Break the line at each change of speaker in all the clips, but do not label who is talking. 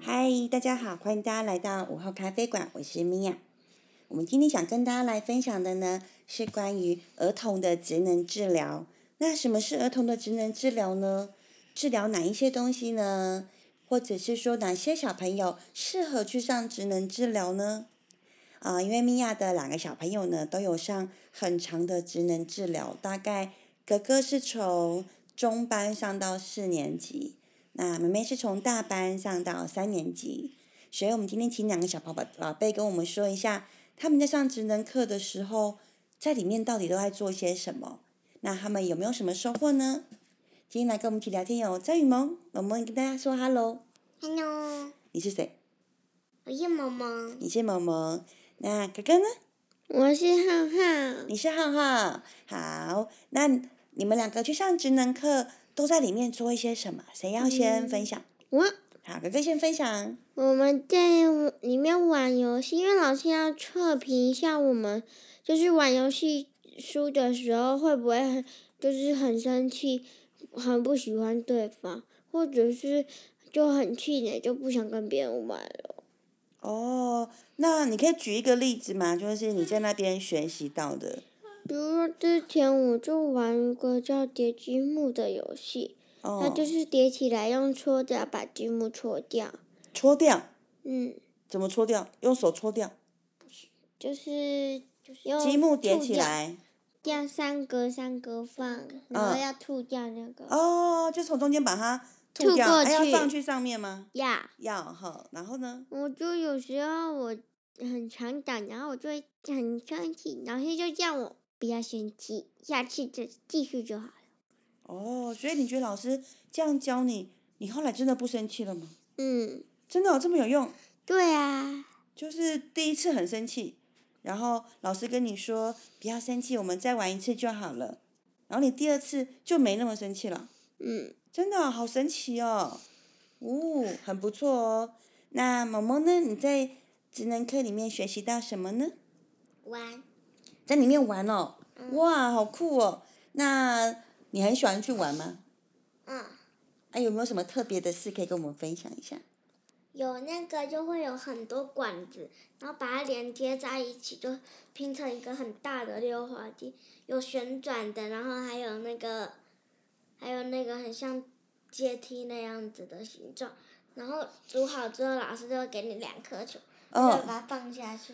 嗨，大家好，欢迎大家来到五号咖啡馆，我是米娅。我们今天想跟大家来分享的呢，是关于儿童的职能治疗。那什么是儿童的职能治疗呢？治疗哪一些东西呢？或者是说哪些小朋友适合去上职能治疗呢？啊、因为米娅的两个小朋友呢，都有上很长的职能治疗，大概哥哥是从中班上到四年级，那妹妹是从大班上到三年级，所以我们今天请两个小宝宝宝贝跟我们说一下，他们在上职能课的时候，在里面到底都在做些什么？那他们有没有什么收获呢？今天来跟我们一起聊天有张雨萌，萌萌跟大家说 “hello”，
Hello，
你是谁？
我是萌萌，
你是萌萌。那哥哥呢？
我是浩浩。
你是浩浩。好，那你们两个去上职能课都在里面做一些什么？谁要先分享？
我
好，哥哥先分享。
我们在里面玩游戏，因为老师要测评一下我们，就是玩游戏输的时候会不会很就是很生气，很不喜欢对方，或者是就很气馁，就不想跟别人玩了。
哦，那你可以举一个例子吗？就是你在那边学习到的。
比如说之前我就玩一个叫叠积木的游戏，
哦，
它就是叠起来用戳的把积木戳掉。
搓掉，
嗯。
怎么搓掉？用手搓掉，
就是用
积木叠
呃吐
起
掉，
来。嗯
掉三格三格放，然后要吐掉那个。
哦，就从中间把它吐
吐
掉，
过
哎要
去
放去上面吗？
呀
要好，然后呢？
我就有时候我很常讲，然后我就会很生气，老师就叫我不要生气，下次再继续就好了。
哦，所以你觉得老师这样教你，你后来真的不生气了吗？
嗯，
真的、哦、这么有用？
对啊，
就是第一次很生气，然后老师跟你说不要生气，我们再玩一次就好了，然后你第二次就没那么生气了，
嗯，
真的哦、好神奇哦，哦，很不错哦。那萌萌呢？你在职能课里面学习到什么呢？
玩
在里面玩哦，
嗯
哇，好酷哦！那你很喜欢去玩吗？
嗯。
哎、有没有什么特别的事可以跟我们分享一下？
有那个就会有很多管子，然后把它连接在一起，就拼成一个很大的溜滑梯，有旋转的，然后还有那个，还有那个很像阶梯那样子的形状。然后组好之后，老师就会给你两颗球，就
哦
把它放下去，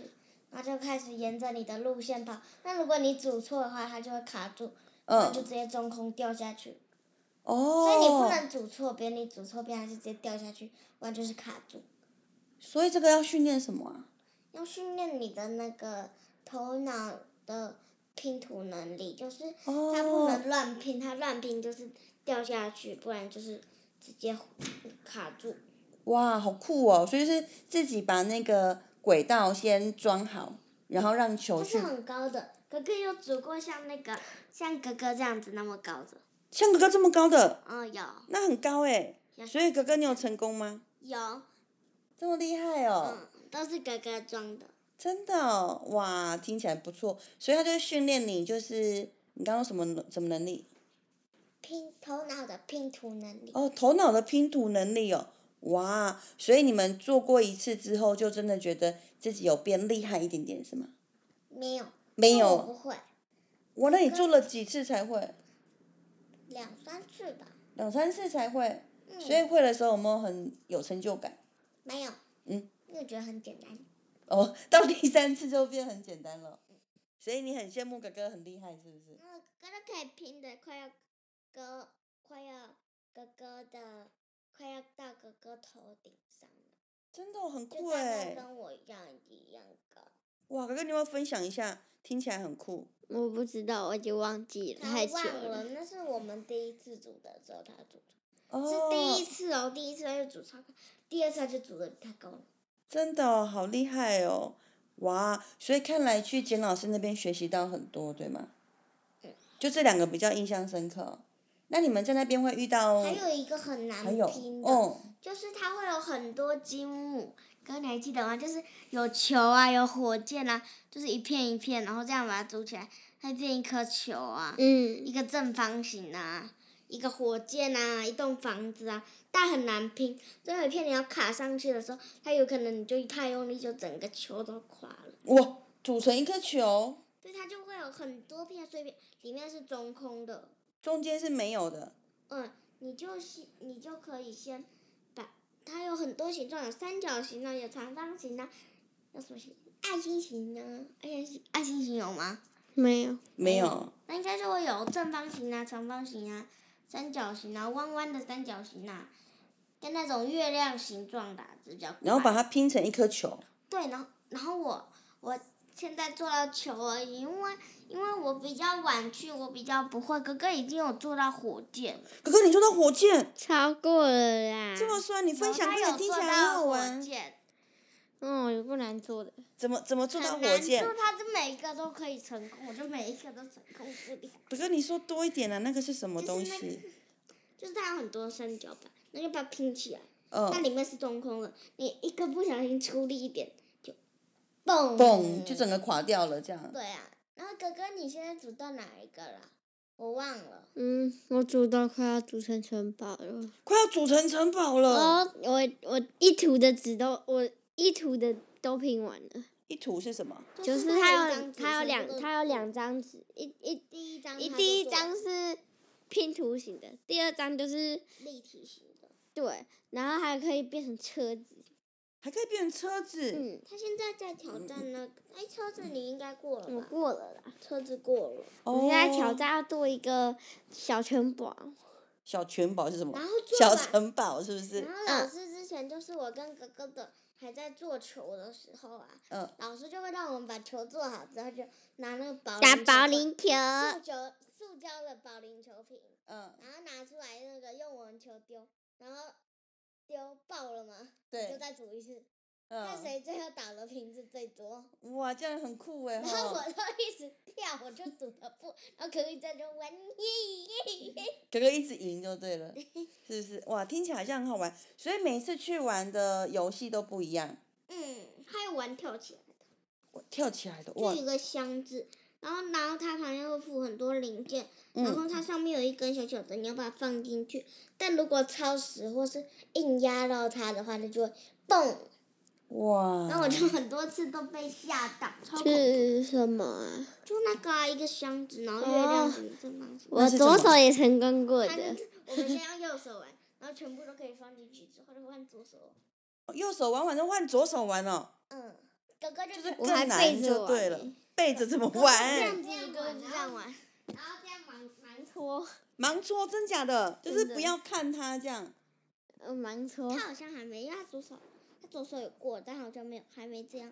然后就开始沿着你的路线跑。那如果你组错的话，它就会卡住，然后就
嗯，
直接中空掉下去。
哦，
所以你不能组错边，你组错边它就直接掉下去，不然就是卡住。
所以这个要训练什么啊？
要训练你的那个头脑的拼图能力，就是
哦，
它不能乱拼，它乱拼就是掉下去，不然就是直接卡住。
哇，好酷哦！所以是自己把那个轨道先装好，然后让
哦
球
它是
去。
很高的，哥哥有组过像那个像哥哥这样子那么高的，
像哥哥这么高的，
哦有
那很高哎。
有
所以哥哥，你有成功吗？
哦
有，
这么厉害哦！
嗯，都是哥哥装的，
真的哦、哇，听起来不错。所以他就是训练你，就是你刚刚什么能什么能力？
拼头脑的拼图能力。
哦，头脑的拼图能力哦。哇，所以你们做过一次之后，就真的觉得自己有变厉害一点点，是吗？
没有，
没
因为我
有，
不会，
哇，那你做了几次才会？
两三次吧，
两三次才会。
嗯，
所以会的时候有没有很有成就感？
没有，
嗯，
因为觉得很简单，
哦，到第三次就变很简单了。所以你很羡慕哥哥很厉害，是不是？
那哥哥可以拼的快要哥快要哥哥的快要到哥哥头顶上了，
真的哦、很
就
酷
大
哎
概！跟我一样一样高。
哇，哥哥，你要不要分享一下？听起来很酷。
我不知道，我已经忘记了，
他
太久
忘
了
了，。那是我们第一次组的时候他组的，
哦，
是第一次哦，第一次他就组超高，第二次他就组的比他高了。
真的、哦、好厉害哦！哇，所以看来去简老师那边学习到很多，对吗
嗯？
就这两个比较印象深刻哦。那你们在那边会遇到
还有一个很难
哦还有
拼的，
哦，
就是它会有很多积木，哥你还记得吗？就是有球啊，有火箭啊，就是一片一片，然后这样把它组起来，它变一颗球啊。
嗯，
一个正方形啊，
一个火箭啊，一栋房子啊，但很难拼。最后一片你要卡上去的时候，它有可能你就太用力，就整个球都垮了。
哇，组成一颗球，
对，它就会有很多片碎片，里面是中空的。
中间是没有的。
嗯，你就是你就可以先把它有很多形状，有三角形的，有长方形的，有什么形？爱心形呢？爱心形爱心形有吗？
没有，
没有，
那应该就会有正方形啊、长方形啊、三角形啊、弯弯的三角形啊，跟那种月亮形状的啊这比较快。
然后把它拼成一颗球。
对，然后然后我我现在做到球而已，因为因为我比较晚去，我比较不会。哥哥已经有做到火箭了，
哥哥，你做到火箭，
超过了啦。
这么说你分享
然后
课
哦他
程
有
听起
做
来很
到
好
火
玩。
箭，
哦，有不难做的。
怎么怎么做到
很
火
难
箭
做，？他是每一个都可以成功，我就每一个都成功不了。
哥哥，你说多一点啊，那个是什么东
就是那个
西？
就是它有很多三角板，那就把它拼起来。
哦
它
嗯，
里面是中空的，你一个不小心出力一点就嘣
嘣，就整个垮掉了这样。
对啊。然后哥哥，你现在组到哪一个了？我忘了。
嗯，我煮到快要煮成城堡了。
快要组成城堡了。
哦，我我一图的纸都，我一图的都拼完了。
一图是什么？
就是
它
它有
一张纸
它有
全部
两
都
它有两张纸，一一
第一张
一
它就
第一
做
张是拼图形的，第二张就是
立体型的，
对，然后还可以变成车子。
还可以变成车子。
嗯，
他现在在挑战那个。哎，车子你应该过了
我
吧？
嗯过了啦。
车子过了。
我现在挑
哦
战要做一个小城堡。
小城堡是什么
然？后做
小
完，
城堡是不是？
然后老师之前就是我跟哥哥的还在做球的时候啊，
嗯，
老师就会让我们把球做好之后，就拿那个保
打
球
保
棍
龄球，
塑胶塑胶的保龄球瓶，
嗯，
然后拿出来那个用网球丢，然后丢爆了嘛，就
对，
再煮一次，看
嗯，
谁最后打的瓶子最多。
哇，这样很酷哎
然后我
哈！
就一直跳，我就赌的不，然后可以在这玩耶耶耶。
哥哥一直赢就对 了，是不是？哇，听起来好像很好玩，所以每次去玩的游戏都不一样。
嗯，还有玩跳起来，
我跳起来的
就
哇
有，一个箱子，然后然后它旁边会附很多零件，然
嗯，
后它上面有一根小小的，你要把它放进去。但如果超时或是硬压到它的话，它就会蹦。
哇，
然后我就很多次都被吓到，超恐怖
是什么啊？
就那个啊、一个箱子，然后月亮形、正方形。
那
我
是什么
左手也成功过
它
的
就，是我们先用右手玩，然后全部都可以放进去，之后就换左手玩。
右手玩，晚上换左手玩哦，
嗯，哥哥就
就是是
我
更
还背
难
着
就
玩
对了
欸，
背着怎么
哥哥这
玩？
样子，哥哥就这样玩，然后这样玩玩
搓，
盲戳真假的，就是
真的
不要看他这样。
嗯，盲搓
哦
他。好像还没，因为他左手他左手有过，但好像没有，还没这样。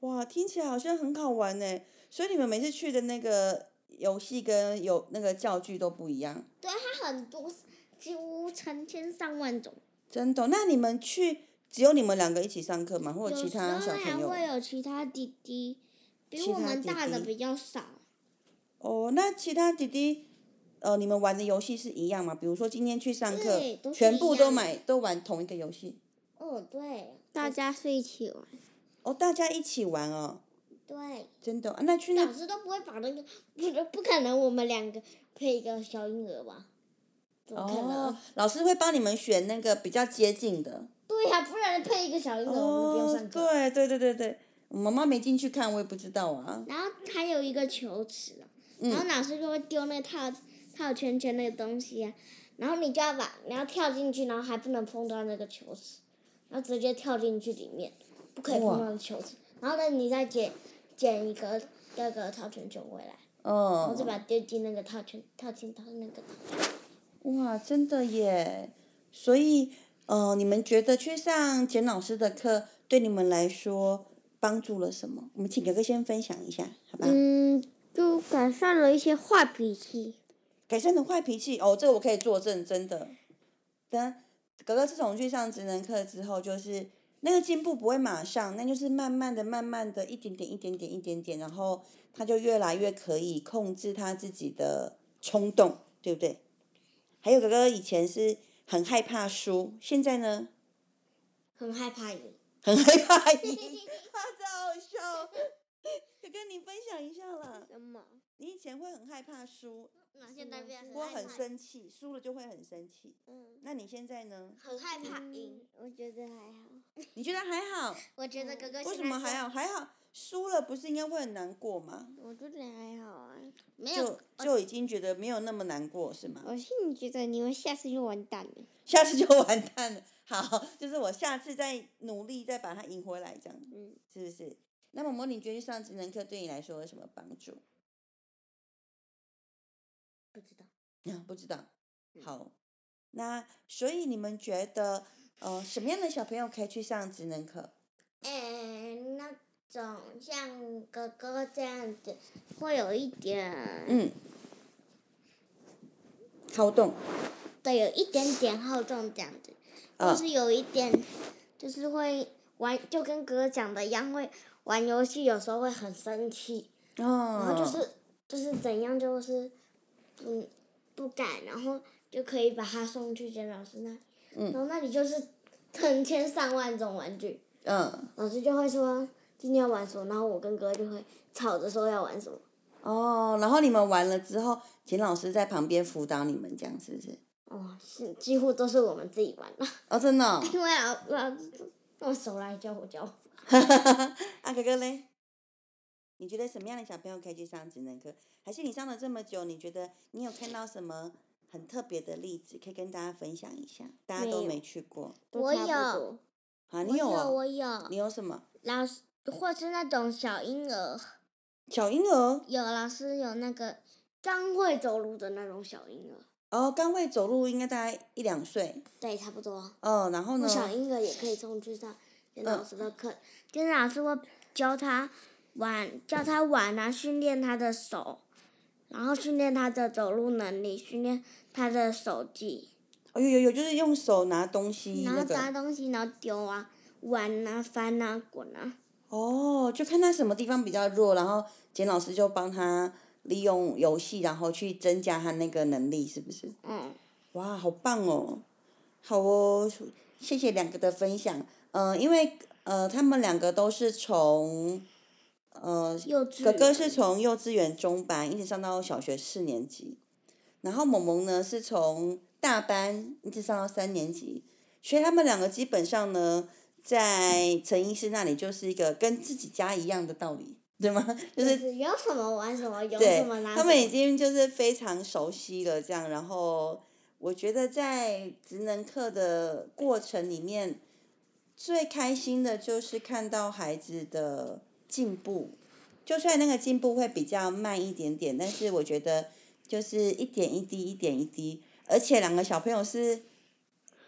哇，听起来好像很好玩呢。所以你们每次去的那个游戏跟有那个教具都不一样，
他很多，几乎成千上万种。
真的哦？那你们去只有你们两个一起上课吗？或者
有
其
时
他
候
小
还
朋友？
会有其他弟弟，比
其
我
他
们
弟
大的
弟
比较少。
哦，那其他弟弟，呃，你们玩的游戏是一样吗？比如说今天去上课
对，都是
全
一
部都
样的
买都玩同一个游戏。
哦，对，
大家是一起玩，
哦，大家一起玩哦，
对。
真的哦、啊那去那
老师都不会把那个，不不可能，我们两个配一个小婴儿吧？怎么可能？
哦，老师会帮你们选那个比较接近的。
对呀、不然配一个小婴儿，我们不用上课。
哦对对对对对，我妈妈没进去看，我也不知道啊。
然后还有一个球池啊，
嗯
然后老师就会丢那个套套圈圈那个东西啊，然后你就要把你要跳进去，然后还不能碰到那个球池，然后直接跳进去里面，不可以
哇
碰到球池。然后呢，你再捡捡一个那个套圈圈回来，然后再
哦，
把它丢进那个套圈套进套那个。
哇，真的耶！所以，呃，你们觉得去上简老师的课对你们来说帮助了什么？我们请哥哥先分享一下，好吧？
嗯，就改善了一些坏脾气。
改善的坏脾气哦，这个我可以作证，真的。但格格自从去上职能课之后，就是那个进步不会马上，那就是慢慢的、慢慢的，一点点、一点点、一点点，然后他就越来越可以控制他自己的冲动，对不对？还有格格以前是很害怕输，现在呢
很害怕赢，
很害怕赢，哇，这好笑哦。跟你分享一下啦。
什么？
你以前会很害怕输，
那嗯现在变
什
很
么
或
害
很
怕
生气，输了就会很生气。
嗯，
那你现在呢？
很害怕
嗯
赢。，
我觉得还好。
你觉得还好？
我觉得哥哥
嗯为
现
什
在
么还
说
好？还好，输了不是应该会很难过吗？
我觉得还好啊。
没有
就就已经觉得没有那么难过是吗？
我心里觉得你们下次就完蛋了。
下次就完蛋了。好， 就是我下次再努力再把它赢回来，这样
嗯，
是不是？那么，模拟觉得上职能课对你来说有什么帮助？
不知道？
啊，不知道。
嗯
好，那所以你们觉得，呃，什么样的小朋友可以去上职能课？
哎，那种像哥哥这样子，会有一点，
嗯，好动，
对，有一点点好动这样子，
啊、
就是有一点，就是会玩，就跟哥哥讲的一样，会玩游戏，有时候会很生气，然
哦，
后就是就是怎样，就是嗯不敢，然后就可以把他送去简老师那，
嗯
然后那里就是成千上万种玩具。
嗯，
老师就会说今天要玩什么，然后我跟哥就会吵着说要玩什么。
哦，然后你们完了之后，秦老师在旁边辅导你们，这样是不是？
哦，是几乎都是我们自己玩的，
哦，真的、哦，
因为老老用手来教我教。
啊，哥哥嘞？你觉得什么样的小朋友可以去上职能课？还是你上了这么久，你觉得你有看到什么很特别的例子，可以跟大家分享一下？大家都
没有
没去过
都
我
差不
有
多，
啊？你
我
有
有
哦？
我有，
你有什么？
老师或是那种小婴儿，
小婴儿
有老师有那个刚会走路的那种小婴儿，
哦，刚会走路，应该大概一两岁
对，差不多。
哦。然后呢
那？小婴儿也可以送去上监老师的课，监嗯老师会教他玩，教他玩啊，训练他的手，然后训练他的走路能力，训练他的手技，
哦，有有有，就是用手拿东西
然
那
后
个
抓东西，然后丢啊，玩啊，翻啊，滚啊，
哦，就看他什么地方比较弱，然后简老师就帮他利用游戏，然后去增加他那个能力，是不是？
嗯，
哇，好棒哦！好哦，谢谢两个的分享。呃，因为呃，他们两个都是从呃，
幼稚。
哥哥是从幼稚园中班一直上到小学四年级，然后萌萌呢是从大班一直上到三年级，所以他们两个基本上呢，在陈医师那里就是一个跟自己家一样的道理，对吗？ 就
就是是有什么玩什么，有
对
什么拿，
他们
什么
已经就是非常熟悉了这样。然后我觉得在职能课的过程里面，最开心的就是看到孩子的进步，就算那个进步会比较慢一点点，但是我觉得就是一点一滴，一点一滴，而且两个小朋友是。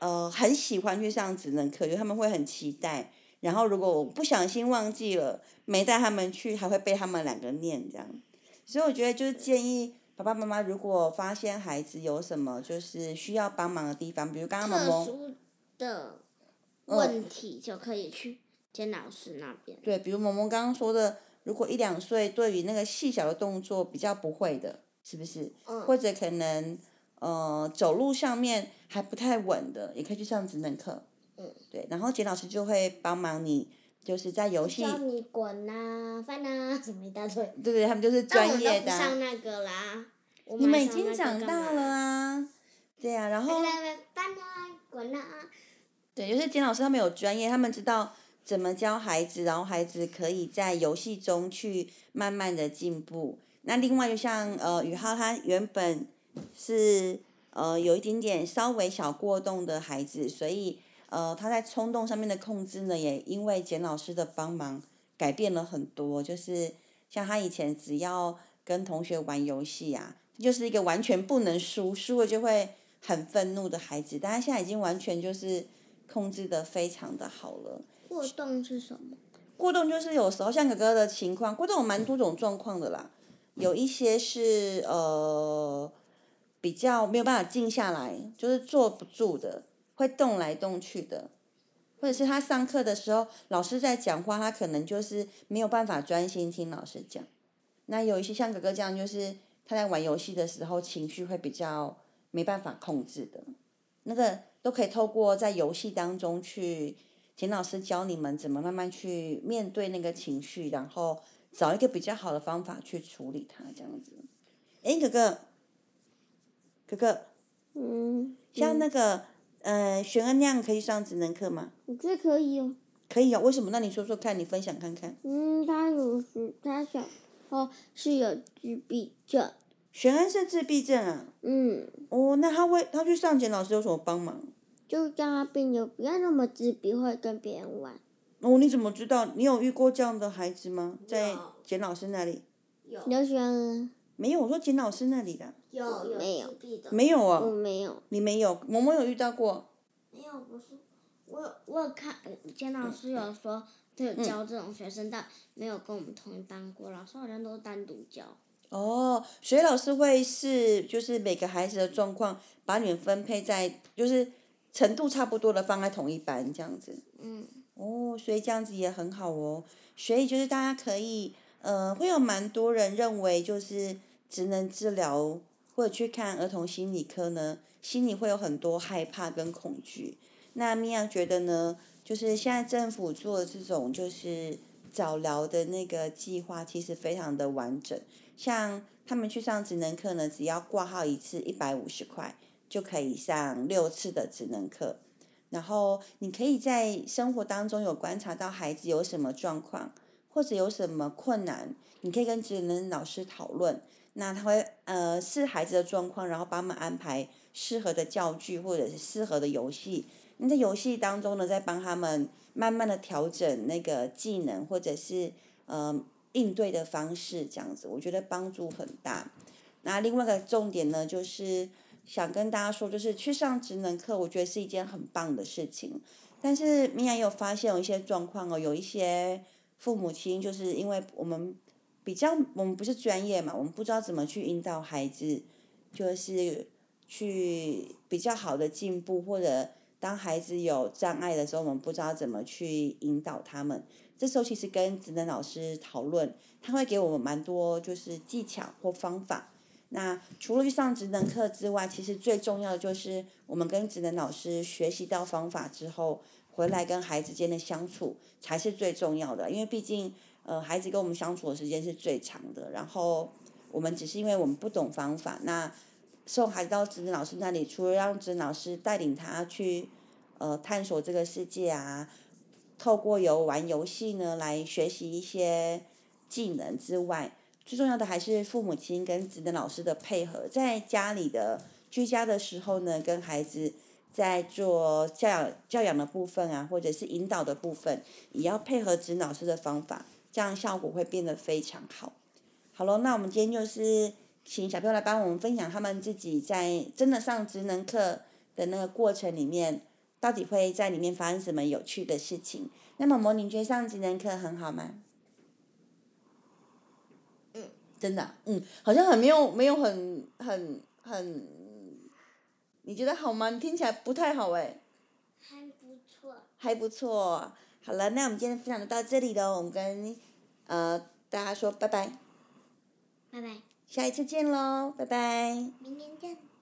呃，很喜欢去上职能课，就他们会很期待。然后，如果我不小心忘记了，没带他们去，还会被他们两个念这样。所以我觉得就是建议爸爸妈妈，如果发现孩子有什么就是需要帮忙的地方，比如刚刚萌
特
萌
殊的
嗯
问题，就可以去监老师那边。
对，比如萌萌刚刚说的，如果一两岁对于那个细小的动作比较不会的，是不是？
嗯，
或者可能呃走路上面还不太稳的，也可以去上职能课。
嗯，
对，然后简老师就会帮忙你，就是在游戏，
教你滚啊、翻啊， 什么一大堆。
对对，他们就是
但我
专
们
业
都不
的啊、
上那个啦。我
你们已
还上那
经
个
长
干
大
嘛
了，啊，对呀、然后
在那边翻啊、滚啊，
对，就是简老师他们有专业，他们知道怎么教孩子，然后孩子可以在游戏中去慢慢的进步。那另外就像呃宇浩他原本是呃有一点点稍微小过动的孩子，所以呃他在冲动上面的控制呢，也因为简老师的帮忙改变了很多。就是像他以前只要跟同学玩游戏啊，就是一个完全不能输，输了就会很愤怒的孩子，但他现在已经完全就是控制的非常的好了。
过动是什么？
过动就是有时候像哥哥的情况，过动有蛮多种状况的啦，有一些是呃比较没有办法静下来，就是坐不住的，会动来动去的，或者是他上课的时候老师在讲话，他可能就是没有办法专心听老师讲。那有一些像哥哥这样，就是他在玩游戏的时候情绪会比较没办法控制的，那个都可以透过在游戏当中去简老师教你们怎么慢慢去面对那个情绪，然后找一个比较好的方法去处理它，这样子。哎，哥哥，哥哥，
嗯，
像那个、呃玄恩那样可以上职能课吗？
我觉得可以哦。
可以啊、为什么？那你说说看，你分享看看。
嗯，他有时他小时候是有自闭症。
玄恩是自闭症啊，
嗯，
哦，那他为他去上前老师有什么帮忙？
就让他变得不要那么自闭，会跟别人玩。
哦，你怎么知道？你有遇过这样的孩子吗？在
有
简老师那里
有
刘学恩，
没有？我说简老师那里的
有
没有
自闭的，
没有啊、
我嗯没有。
你没有，萌萌有遇到过。
没有不是，我有我有看呃简老师有说他
嗯
有教这种学生，但没有跟我们同一班过，老师好像都是单独教。
哦，所以老师会是就是每个孩子的状况，把你们分配在就是程度差不多的放在同一班这样子。
嗯，
哦，所以这样子也很好哦。所以就是大家可以，呃，会有蛮多人认为就是职能治疗或者去看儿童心理科呢，心里会有很多害怕跟恐惧。那米娅觉得呢，就是现在政府做的这种就是早疗的那个计划，其实非常的完整。像他们去上职能课呢，只要挂号一次一百五十块，就可以上六次的职能课。然后你可以在生活当中有观察到孩子有什么状况，或者有什么困难，你可以跟职能老师讨论。那他会呃视孩子的状况，然后帮忙安排适合的教具或者是适合的游戏。你在游戏当中呢，再帮他们慢慢的调整那个技能或者是呃应对的方式，这样子我觉得帮助很大。那另外一个重点呢，就是想跟大家说，就是去上职能课，我觉得是一件很棒的事情。但是米娅也有发现有一些状况哦，有一些父母亲就是因为我们比较，我们不是专业嘛，我们不知道怎么去引导孩子，就是去比较好的进步，或者当孩子有障碍的时候，我们不知道怎么去引导他们。这时候其实跟职能老师讨论，他会给我们蛮多就是技巧或方法。那除了去上职能课之外，其实最重要的就是我们跟职能老师学习到方法之后，回来跟孩子间的相处才是最重要的。因为毕竟，呃，孩子跟我们相处的时间是最长的。然后我们只是因为我们不懂方法，那送孩子到职能老师那里，除了让职能老师带领他去，呃，探索这个世界啊，透过游玩游戏呢来学习一些技能之外，最重要的还是父母亲跟职能老师的配合，在家里的居家的时候呢，跟孩子在做教养教养的部分啊，或者是引导的部分，也要配合职能老师的方法，这样效果会变得非常好。好喽，那我们今天就是请小朋友来帮我们分享他们自己在真的上职能课的那个过程里面，到底会在里面发生什么有趣的事情。那么，模拟觉得上职能课很好吗？真的啊、嗯，好像很没有没有很很很，你觉得好吗？你听起来不太好哎，
还不错。
还不错。好了，那我们今天的分享就到这里喽，我们跟呃大家说拜拜，
拜拜，
下一次见喽，拜拜。
明天见。